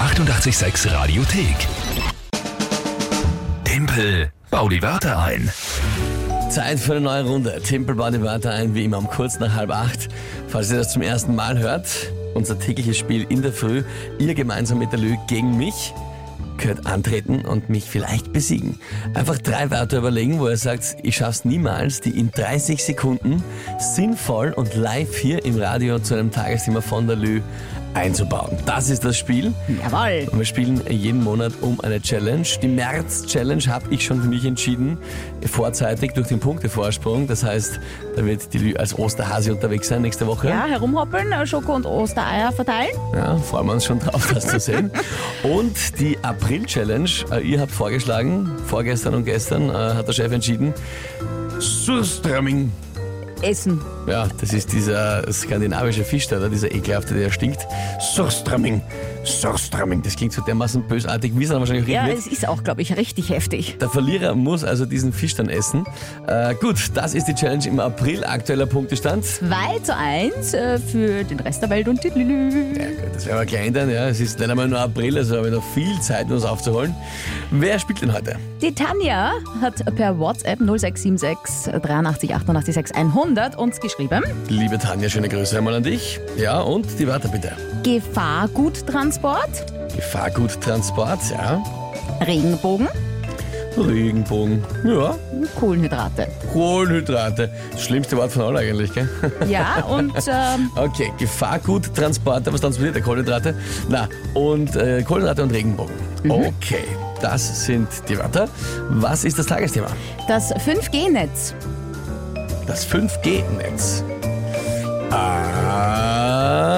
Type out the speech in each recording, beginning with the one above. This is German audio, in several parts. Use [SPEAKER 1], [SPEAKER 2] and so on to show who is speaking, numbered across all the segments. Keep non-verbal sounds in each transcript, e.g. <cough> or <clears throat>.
[SPEAKER 1] 886 Radiothek. Tempel, bau die Wörter ein.
[SPEAKER 2] Zeit für eine neue Runde. Tempel baut die Wörter ein, wie immer um kurz nach halb acht. Falls ihr das zum ersten Mal hört, unser tägliches Spiel in der Früh, ihr gemeinsam mit der Lü gegen mich, könnt antreten und mich vielleicht besiegen. Einfach drei Wörter überlegen, wo ihr sagt, ich schaff's niemals, die in 30 Sekunden sinnvoll und live hier im Radio zu einem Tagesthema von der Lü einzubauen. Das ist das Spiel.
[SPEAKER 3] Jawohl.
[SPEAKER 2] Und wir spielen jeden Monat um eine Challenge. Die März-Challenge habe ich schon für mich entschieden, vorzeitig durch den Punktevorsprung. Das heißt, da wird die Lü als Osterhase unterwegs sein nächste Woche.
[SPEAKER 3] Ja, herumhoppeln, äh, Schoko und Ostereier verteilen.
[SPEAKER 2] Ja, freuen wir uns schon drauf, das zu sehen. Und die April-Challenge, äh, ihr habt vorgeschlagen, vorgestern und gestern äh, hat der Chef entschieden, Surströmming.
[SPEAKER 3] Essen.
[SPEAKER 2] Ja, das ist dieser skandinavische Fisch da, oder? dieser ekelhafte, der stinkt. Surströmming, Surströmming. Das klingt so dermaßen bösartig, wie es dann wahrscheinlich
[SPEAKER 3] Ja,
[SPEAKER 2] regnet.
[SPEAKER 3] es ist auch, glaube ich, richtig heftig.
[SPEAKER 2] Der Verlierer muss also diesen Fisch dann essen. Äh, gut, das ist die Challenge im April. Aktueller Punktestand.
[SPEAKER 3] 2 zu 1 äh, für den Rest der Welt und die
[SPEAKER 2] Ja,
[SPEAKER 3] Lülü.
[SPEAKER 2] gut, das werden wir gleich ändern. Ja. Es ist nicht einmal nur April, also haben wir noch viel Zeit, um uns aufzuholen. Wer spielt denn heute?
[SPEAKER 3] Die Tanja hat per WhatsApp 0676 83 88 6 100 uns geschrieben.
[SPEAKER 2] Liebe Tanja, schöne Grüße einmal an dich. Ja, und die Wörter bitte.
[SPEAKER 3] Gefahrguttransport,
[SPEAKER 2] Gefahrguttransport, ja.
[SPEAKER 3] Regenbogen,
[SPEAKER 2] Regenbogen, ja.
[SPEAKER 3] Kohlenhydrate.
[SPEAKER 2] Kohlenhydrate. Das schlimmste Wort von allen eigentlich, gell?
[SPEAKER 3] Ja, und ähm,
[SPEAKER 2] Okay, Gefahrguttransport, was transportiert der Kohlenhydrate? Na, und äh, Kohlenhydrate und Regenbogen. Okay, das sind die Wörter. Was ist das Tagesthema?
[SPEAKER 3] das 5G-Netz.
[SPEAKER 2] Das 5G-Netz.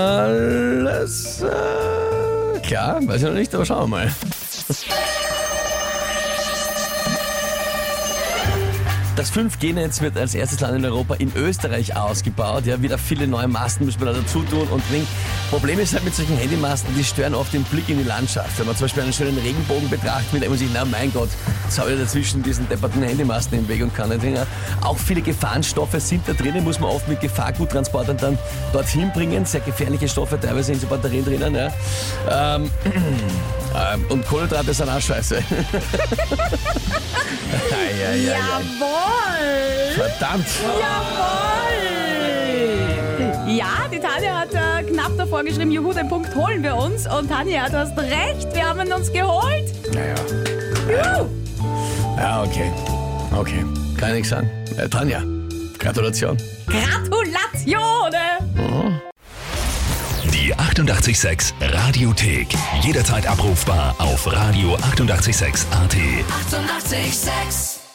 [SPEAKER 2] Alles äh, klar, weiß ich noch nicht, aber schauen wir mal. Das 5G-Netz wird als erstes Land in Europa in Österreich ausgebaut. Ja, wieder viele neue Masten müssen wir da dazu tun und bringen. Problem ist halt mit solchen Handymasten, die stören oft den Blick in die Landschaft. Wenn man zum Beispiel einen schönen Regenbogen betrachtet, mit dem man sich, na mein Gott, jetzt habe ich dazwischen diesen depperten Handymasten im Weg und kann nicht hin. Auch viele Gefahrenstoffe sind da drinnen, muss man oft mit Gefahrguttransportern dann dorthin bringen. Sehr gefährliche Stoffe, teilweise in so Batterien drinnen. Ja. Ähm, <clears throat> ähm, und Kohlenhydrate sind auch scheiße. <laughs> Ei, ei, ei, ei.
[SPEAKER 3] Jawohl!
[SPEAKER 2] Verdammt!
[SPEAKER 3] Jawohl! Ja, die Tanja hat äh, knapp davor geschrieben, juhu, den Punkt holen wir uns. Und Tanja, du hast recht, wir haben ihn uns geholt.
[SPEAKER 2] Naja.
[SPEAKER 3] Juhu!
[SPEAKER 2] Ja, okay. Okay. Kann ich nichts sagen. Äh, Tanja, Gratulation.
[SPEAKER 3] Gratulation!
[SPEAKER 1] Die 886 Radiothek. Jederzeit abrufbar auf radio886.at. 886! 886.
[SPEAKER 3] 886